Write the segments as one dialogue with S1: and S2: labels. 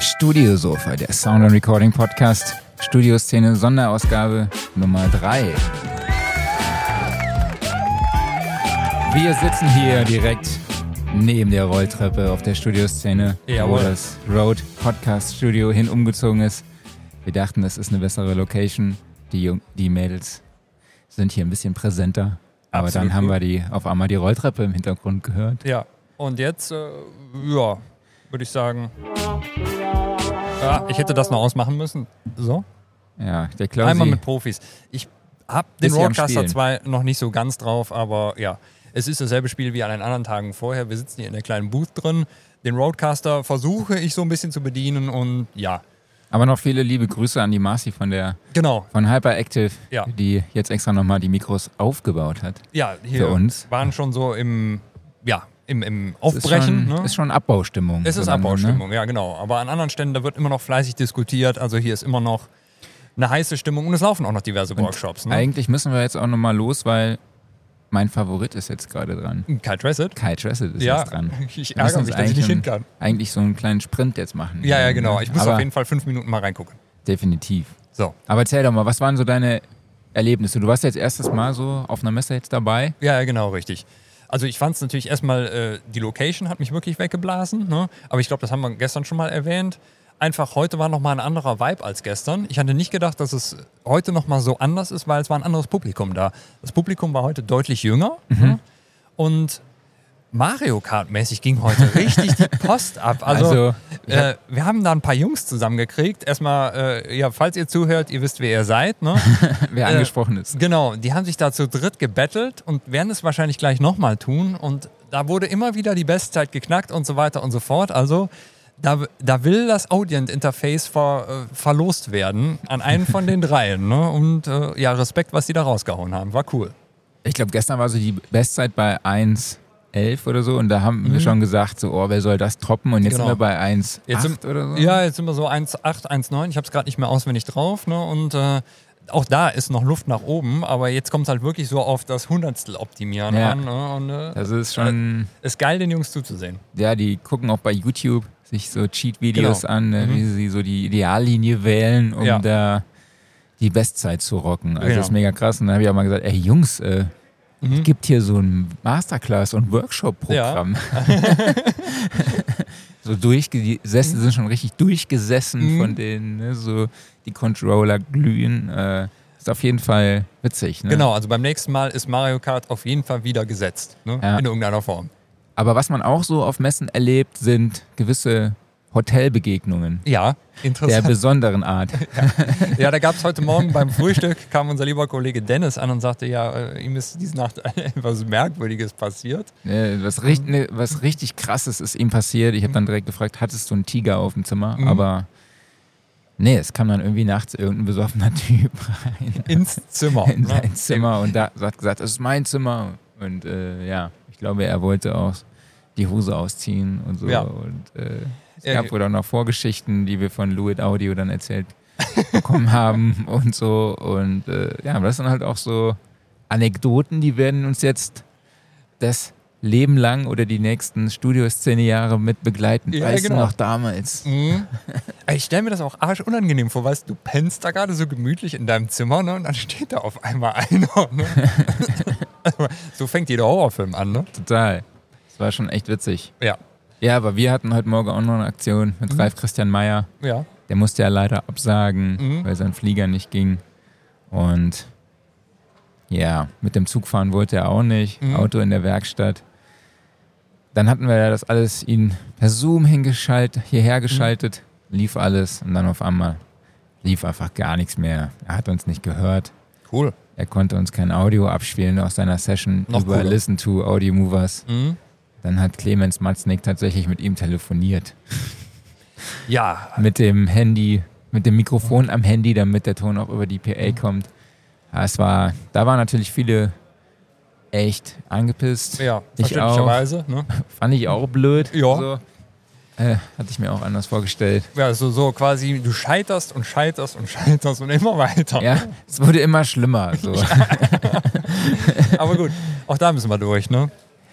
S1: Studiosofa, der Sound and Recording Podcast, Studioszene Sonderausgabe Nummer 3. Wir sitzen hier direkt neben der Rolltreppe auf der Studioszene, wo
S2: Jawohl.
S1: das Road Podcast Studio hin umgezogen ist. Wir dachten, das ist eine bessere Location. Die, Jung die Mädels sind hier ein bisschen präsenter. Aber
S2: Absolut
S1: dann haben
S2: gut.
S1: wir die auf einmal die Rolltreppe im Hintergrund gehört.
S2: Ja, und jetzt, äh, ja, würde ich sagen. Ja, ich hätte das noch ausmachen müssen. So,
S1: Ja, der Klausi.
S2: einmal mit Profis. Ich habe den
S1: Ist ja am
S2: Roadcaster
S1: Spielen.
S2: zwar noch nicht so ganz drauf, aber ja, es ist dasselbe Spiel wie an den anderen Tagen vorher. Wir sitzen hier in der kleinen Booth drin. Den Roadcaster versuche ich so ein bisschen zu bedienen und ja,
S1: Aber noch viele liebe Grüße an die Marci von der
S2: genau.
S1: von Hyperactive,
S2: Ja.
S1: die jetzt extra nochmal die Mikros aufgebaut hat.
S2: Ja, hier
S1: Für uns.
S2: waren schon so im, ja, im, im
S1: Ist
S2: Aufbrechen.
S1: schon,
S2: ne?
S1: ist schon Abbaustimmung. ne?
S2: Es ist
S1: so langsam,
S2: Abbaustimmung, ja genau. Aber an anderen Ständen, da wird immer noch fleißig diskutiert. Also hier ist immer noch eine heiße Stimmung und es laufen auch noch diverse Workshops.
S1: Ne?
S2: Ne?
S1: Eigentlich müssen wir jetzt auch nochmal los, weil mein Favorit ist jetzt gerade dran.
S2: Kai Tressett.
S1: Kai Tressett ist
S2: Ja,
S1: jetzt dran.
S2: ich
S1: Wir müssen
S2: ärgere
S1: uns
S2: mich, dass ich nicht
S1: eigentlich
S2: hin kann.
S1: einen- Eigentlich so einen kleinen Sprint jetzt machen. ne?
S2: Ja, ja, genau. Ich muss
S1: Aber
S2: auf jeden Fall fünf Minuten mal reingucken.
S1: Definitiv.
S2: So.
S1: Aber erzähl doch mal, was waren so deine Erlebnisse? Du warst jetzt erstes Mal so auf einer Messe jetzt dabei.
S2: Ja, ja, genau, richtig. Also ich fand es natürlich erstmal, äh, die Location hat mich wirklich weggeblasen. Ne? Aber ich glaube, das haben wir gestern schon mal erwähnt. Einfach heute war nochmal ein anderer Vibe als gestern. Ich hatte nicht gedacht, dass es heute nochmal so anders ist, weil es war ein anderes Publikum da. Das Publikum war heute deutlich jünger. Ne? Und Mario Kart-mäßig ging heute richtig die Post ab. Also,
S1: Also, ich
S2: äh, wir haben da ein paar Jungs zusammengekriegt. Erstmal, äh, ja, falls ihr zuhört, ihr wisst, wer ihr seid. Ne?
S1: Wer
S2: Äh,
S1: angesprochen ist.
S2: Genau, die haben sich da zu dritt gebettelt und werden es wahrscheinlich gleich nochmal tun. Und da wurde immer wieder die Bestzeit geknackt und so weiter und so fort. Also da, da will das Audient Interface ver, äh, verlost werden an einen von den dreien. Ne? Und äh, ja, Respekt, was die da rausgehauen haben. War cool.
S1: Ich glaube, gestern war so die Bestzeit bei 1,11 oder so und da haben wir schon gesagt, so, oh, wer soll das toppen? Und jetzt
S2: Mhm. Genau.
S1: sind wir bei 1,8
S2: sind-
S1: oder so.
S2: Ja, jetzt sind wir so 1,8, 1,9. Ich habe es gerade nicht mehr auswendig drauf. Ne? Und äh, auch da ist noch Luft nach oben. Aber jetzt kommt es halt wirklich so auf das Hundertstel optimieren
S1: Ja.
S2: an. Ne? Und äh,
S1: Das ist schon,
S2: ist geil, den Jungs zuzusehen.
S1: ja, die gucken auch bei YouTube sich so Cheat-Videos
S2: Genau.
S1: an, ne, wie sie so die Ideallinie wählen, um
S2: Ja.
S1: da die Bestzeit zu rocken. Also
S2: Genau. Mhm.
S1: das ist mega krass. Und da habe ich auch mal gesagt, ey Jungs, äh, es gibt hier so ein Masterclass- und Workshop-Programm. so durchgesessen, sind schon richtig durchgesessen
S2: Mhm.
S1: von denen, ne? so die Controller glühen. Äh, ist auf jeden Fall witzig. Ne?
S2: Genau, also beim nächsten Mal ist Mario Kart auf jeden Fall wieder gesetzt. Ne?
S1: Ja.
S2: In irgendeiner Form.
S1: Aber was man auch so auf Messen erlebt, sind gewisse Hotelbegegnungen
S2: Ja,
S1: der
S2: interessant.
S1: besonderen Art.
S2: ja, da gab es heute Morgen beim Frühstück, kam unser lieber Kollege Dennis an und sagte, ja, äh, ihm ist diese Nacht etwas Merkwürdiges passiert.
S1: Ne, was, richt, ne, was richtig krasses ist ihm passiert. Ich habe dann direkt gefragt, hattest du einen Tiger auf dem Zimmer? Aber nee, es kam dann irgendwie nachts irgendein besoffener Typ rein
S2: Ins Zimmer.
S1: in
S2: ne?
S1: sein Zimmer und da hat gesagt, das ist mein Zimmer. Und äh, ja, ich glaube, er wollte auch die Hose ausziehen und so.
S2: Ja.
S1: Und äh, es
S2: Ja,
S1: gab wohl auch noch Vorgeschichten, die wir von Louis Audio dann erzählt bekommen haben und so. Und äh, ja, aber das sind halt auch so Anekdoten, die werden uns jetzt das Leben lang oder die nächsten Studioszene-Jahre mit begleiten.
S2: Ja,
S1: weißt
S2: genau.
S1: du noch damals?
S2: Mhm. Ey, Ich stelle mir das auch arschunangenehm vor, weißt du, du pennst da gerade so gemütlich in deinem Zimmer ne, und dann steht da auf einmal einer. Ne? Also, so fängt jeder Horrorfilm an, ne?
S1: Total. Das war schon echt witzig.
S2: Ja, Mhm.
S1: Ja, aber wir hatten heute Morgen auch noch eine Aktion mit Ralf Christian Meyer.
S2: ja.
S1: Der musste ja leider absagen,
S2: Mhm.
S1: weil sein Flieger nicht ging. Und ja, mit dem Zug fahren wollte er auch nicht.
S2: Mhm.
S1: Auto in der Werkstatt. Dann hatten wir ja das alles ihn per Zoom hingeschaltet, hierher geschaltet,
S2: Mhm.
S1: lief alles und dann auf einmal lief einfach gar nichts mehr. Er hat uns nicht gehört.
S2: Cool.
S1: Er konnte uns kein Audio abspielen aus seiner Session
S2: Noch
S1: über
S2: cooler.
S1: Listen to Audio Movers.
S2: Mhm.
S1: Dann hat Clemens Matznick tatsächlich mit ihm telefoniert
S2: Ja,
S1: mit dem Handy, mit dem Mikrofon am Handy, damit der Ton auch über die
S2: Mhm.
S1: PA kommt. Ja, es war, da waren natürlich viele echt angepisst.
S2: Ja,
S1: ich auch.
S2: verständlicherweise. Ne?
S1: Fand ich auch blöd.
S2: Ja.
S1: So. Äh, hatte ich mir auch anders vorgestellt.
S2: Ja, so, so quasi, du scheiterst und scheiterst und scheiterst und immer weiter.
S1: Ja, es wurde immer schlimmer. So.
S2: Aber gut, auch da müssen wir durch, ne?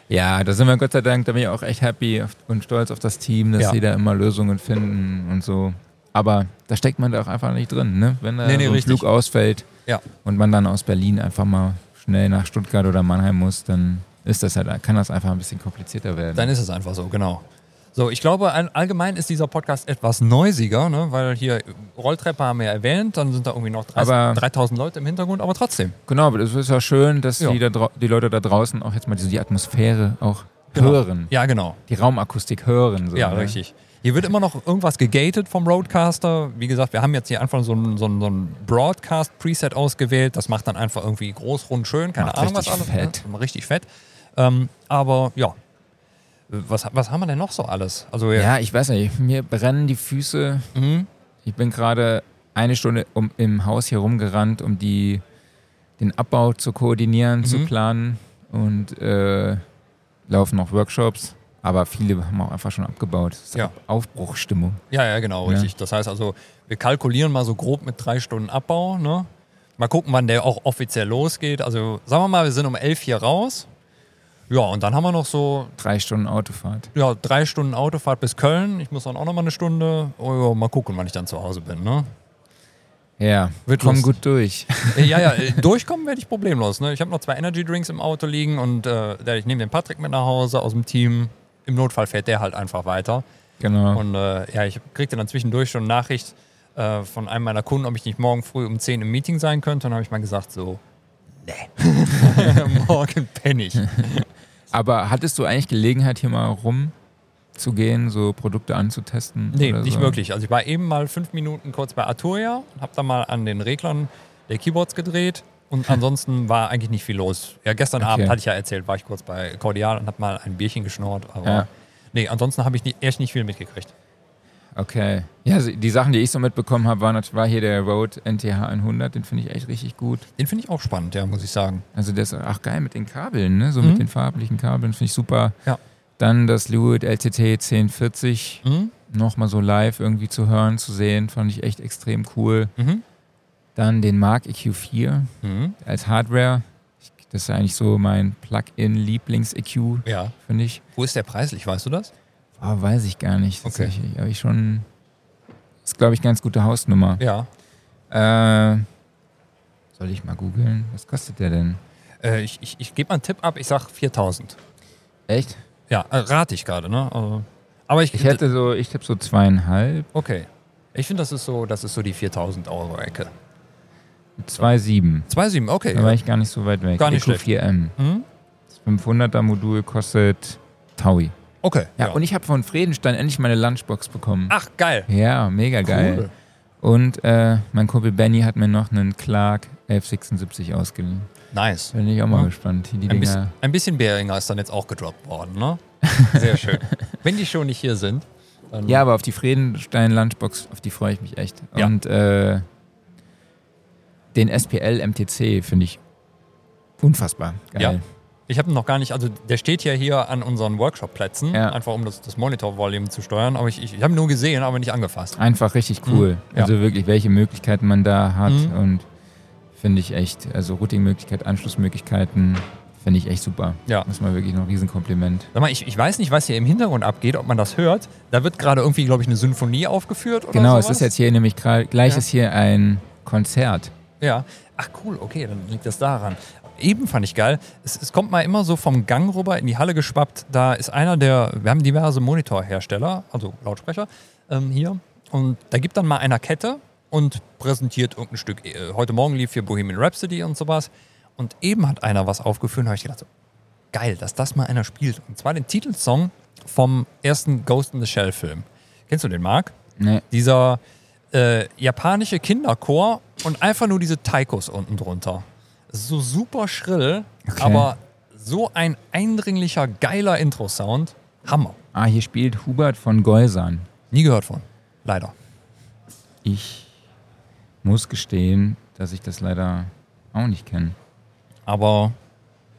S1: Ja, da sind wir Gott sei Dank, da bin ich auch echt happy und stolz auf das Team, dass
S2: Ja.
S1: sie da immer Lösungen finden und so. Aber da steckt man da auch einfach nicht drin, ne? Wenn da
S2: Nee, nee,
S1: so ein
S2: richtig.
S1: Flug ausfällt
S2: Ja.
S1: und man dann aus Berlin einfach mal schnell nach Stuttgart oder Mannheim muss, dann ist das halt, kann das einfach ein bisschen komplizierter werden.
S2: Dann ist es einfach so, genau. So, ich glaube, all- allgemein ist dieser Podcast etwas neusiger, ne? weil hier Rolltreppe haben wir ja erwähnt, dann sind da irgendwie noch 30,
S1: Aber-
S2: 3000 Leute im Hintergrund, aber trotzdem.
S1: genau, aber das ist ja schön, dass
S2: Ja.
S1: Die, da drau- die Leute da draußen auch jetzt mal diese, die Atmosphäre auch
S2: Genau.
S1: hören.
S2: Ja, genau.
S1: Die Raumakustik hören. So,
S2: Ja,
S1: ne?
S2: richtig. Hier wird immer noch irgendwas gegatet vom Roadcaster. Wie gesagt, wir haben jetzt hier einfach so ein, so ein, so ein Broadcast-Preset ausgewählt. Das macht dann einfach irgendwie groß, rund, schön. Keine
S1: Macht
S2: Ahnung, was
S1: richtig
S2: alles.
S1: fett.
S2: Ne? Richtig fett. Ähm, aber ja, was, was haben wir denn noch so alles? Also ja. Mhm.
S1: Ja, ich weiß nicht, mir brennen die Füße. Ich bin gerade eine Stunde um, im Haus hier rumgerannt, um die, den Abbau zu koordinieren,
S2: Mhm.
S1: zu planen und äh, laufen noch Workshops. Aber viele haben auch einfach schon abgebaut. Das ist
S2: Ja.
S1: Ab- Aufbruchstimmung.
S2: Ja, ja, genau,
S1: Ja.
S2: richtig. Das heißt also, wir kalkulieren mal so grob mit drei Stunden Abbau. Ne? Mal gucken, wann der auch offiziell losgeht. Also sagen wir mal, wir sind um elf hier raus. Ja, und dann haben wir noch so
S1: Drei Stunden Autofahrt.
S2: ja, drei Stunden Autofahrt bis Köln. Ich muss dann auch noch mal eine Stunde. Oh, ja, mal gucken, wann ich dann zu Hause bin. Ne?
S1: Ja,
S2: Wird
S1: komm
S2: lustig.
S1: gut durch.
S2: Äh, ja, ja, äh, durchkommen werde ich problemlos. Ne? Ich habe noch zwei Energy Drinks im Auto liegen und äh, der- ich nehme den Patrick mit nach Hause aus dem Team. Im Notfall fährt der halt einfach weiter.
S1: Genau.
S2: Und äh, ja, ich kriegte dann zwischendurch schon eine Nachricht äh, von einem meiner Kunden, ob ich nicht morgen früh um 10 im Meeting sein könnte. Und dann habe ich mal gesagt, so, nee, morgen penne ich.
S1: Aber hattest du eigentlich Gelegenheit, hier mal rumzugehen, so Produkte anzutesten?
S2: Nee,
S1: oder
S2: nicht
S1: so?
S2: wirklich. Also ich war eben mal fünf Minuten kurz bei Arturia, habe da mal an den Reglern der Keyboards gedreht und ansonsten war eigentlich nicht viel los. Ja, gestern
S1: Hm. Okay.
S2: Abend hatte ich ja erzählt, war ich kurz bei Cordial und habe mal ein Bierchen geschnurrt, aber
S1: Ja.
S2: nee, ansonsten habe ich nicht, echt nicht viel mitgekriegt.
S1: Okay. Ja, also die Sachen, die ich so mitbekommen habe, waren, war hier der Rode NTH 100. Den finde ich echt richtig gut.
S2: Den finde ich auch spannend, ja, muss ich sagen.
S1: Also der ist, ach geil, mit den Kabeln, ne? So
S2: Mhm.
S1: mit den farblichen Kabeln finde ich super.
S2: Ja.
S1: Dann das Lewitt LTT 1040
S2: Mhm.
S1: nochmal so live irgendwie zu hören, zu sehen, fand ich echt extrem cool.
S2: Mhm.
S1: Dann den Mark EQ4
S2: Mhm.
S1: als Hardware. Ich, das ist eigentlich so mein Plug-in-Lieblings-EQ,
S2: Ja.
S1: finde ich.
S2: Wo ist der preislich, weißt du das?
S1: Ah, weiß ich gar nicht.
S2: Okay.
S1: tatsächlich. Aber ich schon. Ist, glaube ich, ganz gute Hausnummer.
S2: Ja.
S1: Äh, soll ich mal googeln? Was kostet der denn?
S2: Äh, ich ich, ich gebe mal einen Tipp ab, ich sag 4000.
S1: Echt?
S2: Ja, äh, rate ich gerade, ne? Also, aber ich,
S1: Ich hätte so, ich tippe so zweieinhalb,
S2: Okay. Ich finde, das ist so, das ist so die 4000 Euro Ecke.
S1: zwei sieben.
S2: 2,7, okay.
S1: Da war ich gar nicht so weit weg.
S2: Gar nicht schlecht.
S1: EQ4M.
S2: Mhm.
S1: Das 500er Modul kostet Taui.
S2: Okay.
S1: Ja, und ich habe von Fredenstein endlich meine Lunchbox bekommen.
S2: Ach, geil.
S1: Ja, mega geil. Und äh, mein Kumpel Benny hat mir noch einen Clark 1176 ausgeliehen.
S2: Nice.
S1: Bin ich auch mal
S2: Ja.
S1: gespannt. Die
S2: Ein bisschen,
S1: Dinger.
S2: ein bisschen Behringer ist dann jetzt auch gedroppt worden, ne? Sehr schön. Wenn die schon nicht hier sind, dann.
S1: Ja, aber auf die Fredenstein Lunchbox, auf die freue ich mich echt.
S2: Ja.
S1: Und äh, den SPL MTC finde ich unfassbar geil.
S2: Ich habe noch gar nicht, also der steht ja hier an unseren Workshop-Plätzen,
S1: Ja.
S2: einfach um das, das Monitor-Volume zu steuern. Aber ich, ich, ich habe nur gesehen, aber nicht angefasst.
S1: Einfach richtig cool.
S2: Mhm, ja.
S1: Also wirklich, welche Möglichkeiten man da hat
S2: Mhm.
S1: und finde ich echt, also Routing-Möglichkeit, Anschlussmöglichkeiten, finde ich echt super.
S2: Ja.
S1: Das ist mal wirklich noch ein Riesenkompliment.
S2: Sag mal, ich, ich weiß nicht, was hier im Hintergrund abgeht, ob man das hört. Da wird gerade irgendwie, glaube ich, eine Symphonie aufgeführt oder
S1: genau,
S2: sowas.
S1: es ist jetzt hier nämlich gerade, gleich
S2: Ja.
S1: ist hier ein Konzert.
S2: Ja. Ach cool, okay, dann liegt das daran. Eben fand ich geil. Es, es kommt mal immer so vom Gang rüber in die Halle geschwappt. Da ist einer der, wir haben diverse Monitorhersteller, also Lautsprecher, ähm, hier. Und da gibt dann mal einer Kette und präsentiert irgendein Stück. Äh, Heute Morgen lief hier Bohemian Rhapsody und sowas. Und eben hat einer was aufgeführt und habe ich gedacht, so, geil, dass das mal einer spielt. Und zwar den Titelsong vom ersten Ghost in the Shell Film. Kennst du den, Marc?
S1: Ne?
S2: dieser äh, japanische Kinderchor und einfach nur diese Taikos unten drunter. So super schrill,
S1: Okay.
S2: aber so ein eindringlicher, geiler Intro-Sound. Hammer.
S1: Ah, hier spielt Hubert von Geusern.
S2: Nie gehört von. Leider.
S1: Ich muss gestehen, dass ich das leider auch nicht kenne.
S2: Aber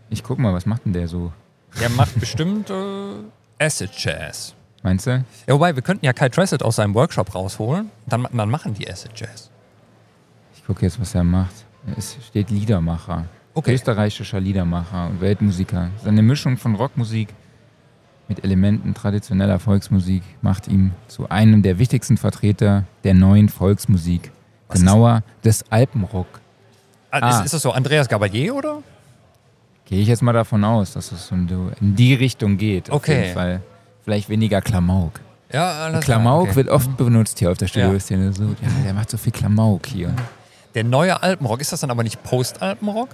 S1: Ich guck mal, was macht denn der so?
S2: der macht bestimmt äh, Acid Jazz.
S1: Meinst du?
S2: Ja, wobei, wir könnten ja Kai Tressett aus seinem Workshop rausholen. Dann, dann machen die Acid Jazz.
S1: Ich gucke jetzt, was er macht. Es steht Liedermacher.
S2: Okay.
S1: Österreichischer Liedermacher und Weltmusiker. Seine Mischung von Rockmusik mit Elementen traditioneller Volksmusik macht ihn zu einem der wichtigsten Vertreter der neuen Volksmusik.
S2: Was
S1: genauer des Alpenrock.
S2: Ah,
S1: Ah.
S2: Ist, ist das so Andreas Gabalier oder?
S1: Gehe ich jetzt mal davon aus, dass es so in die- in die Richtung geht. Auf
S2: Okay.
S1: jeden Fall. Vielleicht weniger Klamauk.
S2: Ja, alles klar,
S1: Klamauk
S2: Äh, Ah, okay. Mhm.
S1: wird oft benutzt hier auf der
S2: Ja.
S1: Studioszene. So, ja, der macht so viel Klamauk hier.
S2: Der neue Alpenrock, ist das dann aber nicht Post-Alpenrock?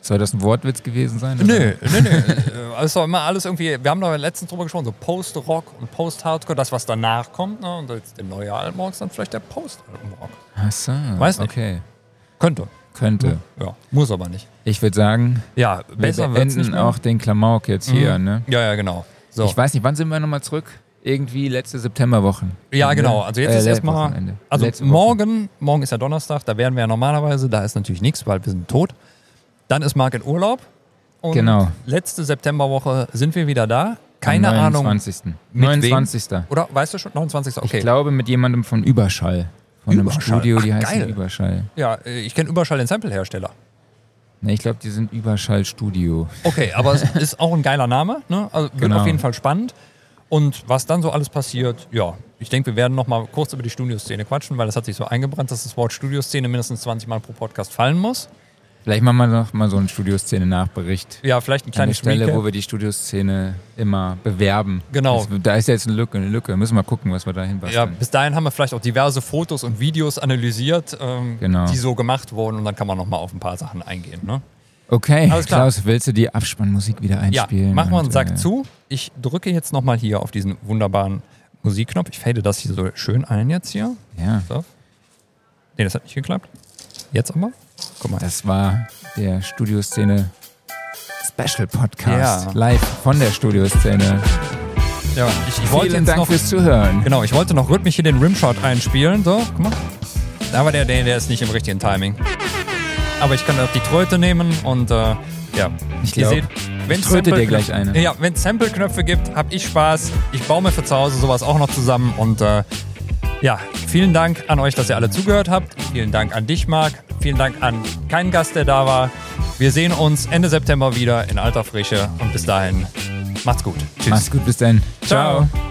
S1: Soll das ein Wortwitz gewesen sein? oder?
S2: Nö, nö, nö. Äh, Also immer alles irgendwie, wir haben da letztens drüber gesprochen, so Post-Rock und Post-Hardcore, das, was danach kommt. Ne? Und jetzt der neue Alpenrock ist dann vielleicht der Post-Alpenrock.
S1: Ach so.
S2: Weiß nicht.
S1: Okay.
S2: Könnte.
S1: Könnte.
S2: Ja, muss aber nicht.
S1: Ich würde sagen,
S2: Ja,
S1: wir
S2: besser wird's nicht
S1: beenden
S2: mehr.
S1: auch den Klamauk jetzt hier. Ne?
S2: Ja, ja, genau. So.
S1: Ich weiß nicht, wann sind wir nochmal zurück? Irgendwie letzte Septemberwochen.
S2: ja, genau. Also jetzt
S1: Äh,
S2: ist erstmal.
S1: Wochenende.
S2: Also
S1: Letzte Woche.
S2: morgen, morgen ist ja Donnerstag, da wären wir ja normalerweise, da ist natürlich nichts, weil wir sind tot. Dann ist Marc in Urlaub. Und
S1: Genau.
S2: letzte Septemberwoche sind wir wieder da.
S1: Am
S2: Keine Ahnung.
S1: 29.
S2: Mit wem?
S1: 29.
S2: Oder weißt du schon? 29. Okay.
S1: Ich glaube, mit jemandem von Überschall. Von einem
S2: Überschall?
S1: Studio, die
S2: Ach,
S1: heißen
S2: geil.
S1: Überschall.
S2: Ja, äh, ich kenne Überschall den Sample-Hersteller.
S1: Ne, ich glaube, die sind Überschall Studio.
S2: Okay, aber es ist auch ein geiler Name. Ne? Also wird
S1: Genau.
S2: auf jeden Fall spannend. Und was dann so alles passiert, ja, ich denke, wir werden noch mal kurz über die Studioszene quatschen, weil das hat sich so eingebrannt, dass das Wort Studioszene mindestens 20 Mal pro Podcast fallen muss.
S1: Vielleicht machen wir noch mal so einen Studioszene-Nachbericht.
S2: Ja, vielleicht ein
S1: An der
S2: kleines
S1: Stelle,
S2: Recap.
S1: wo wir die Studioszene immer bewerben.
S2: Genau.
S1: Das, da ist jetzt eine Lücke, eine Lücke. Müssen wir mal gucken, was wir da
S2: Ja,
S1: hinbasteln.
S2: bis dahin haben wir vielleicht auch diverse Fotos und Videos analysiert, ähm,
S1: Genau.
S2: die so gemacht wurden. Und dann kann man noch mal auf ein paar Sachen eingehen. Ne?
S1: Okay,
S2: Alles klar.
S1: Klaus, willst du die Abspannmusik wieder
S2: Ja,
S1: einspielen?
S2: machen wir einen
S1: Und,
S2: Sack
S1: äh,
S2: zu. Ich drücke jetzt noch mal hier auf diesen wunderbaren Musikknopf. Ich fade das hier so schön ein jetzt hier.
S1: Ja,
S2: So. Nee, das hat nicht geklappt. Jetzt aber? Guck mal.
S1: das war der Studioszene Special Podcast.
S2: Ja.
S1: Live von der Studioszene.
S2: Ja, ich, ich wollte
S1: Vielen
S2: jetzt
S1: Dank
S2: noch,
S1: fürs Zuhören.
S2: genau, ich wollte noch rhythmisch hier den Rimshot einspielen. So, guck mal. Aber der, der, der ist nicht im richtigen Timing. Aber ich kann auch die Tröte nehmen und äh, ja.
S1: Ich
S2: Ihr
S1: glaub,
S2: seht, wenn's
S1: tröte dir
S2: Sample-Knöpfe-
S1: gleich eine.
S2: Ja, wenn es Sample-Knöpfe gibt, hab ich Spaß. Ich baue mir für zu Hause sowas auch noch zusammen und äh, ja, vielen Dank an euch, dass ihr alle zugehört habt. Vielen Dank an dich, Marc. Vielen Dank an keinen Gast, der da war. Wir sehen uns Ende September wieder in alter Frische und bis dahin macht's gut. Tschüss.
S1: Mach's gut, bis dann.
S2: Ciao.
S1: Ciao.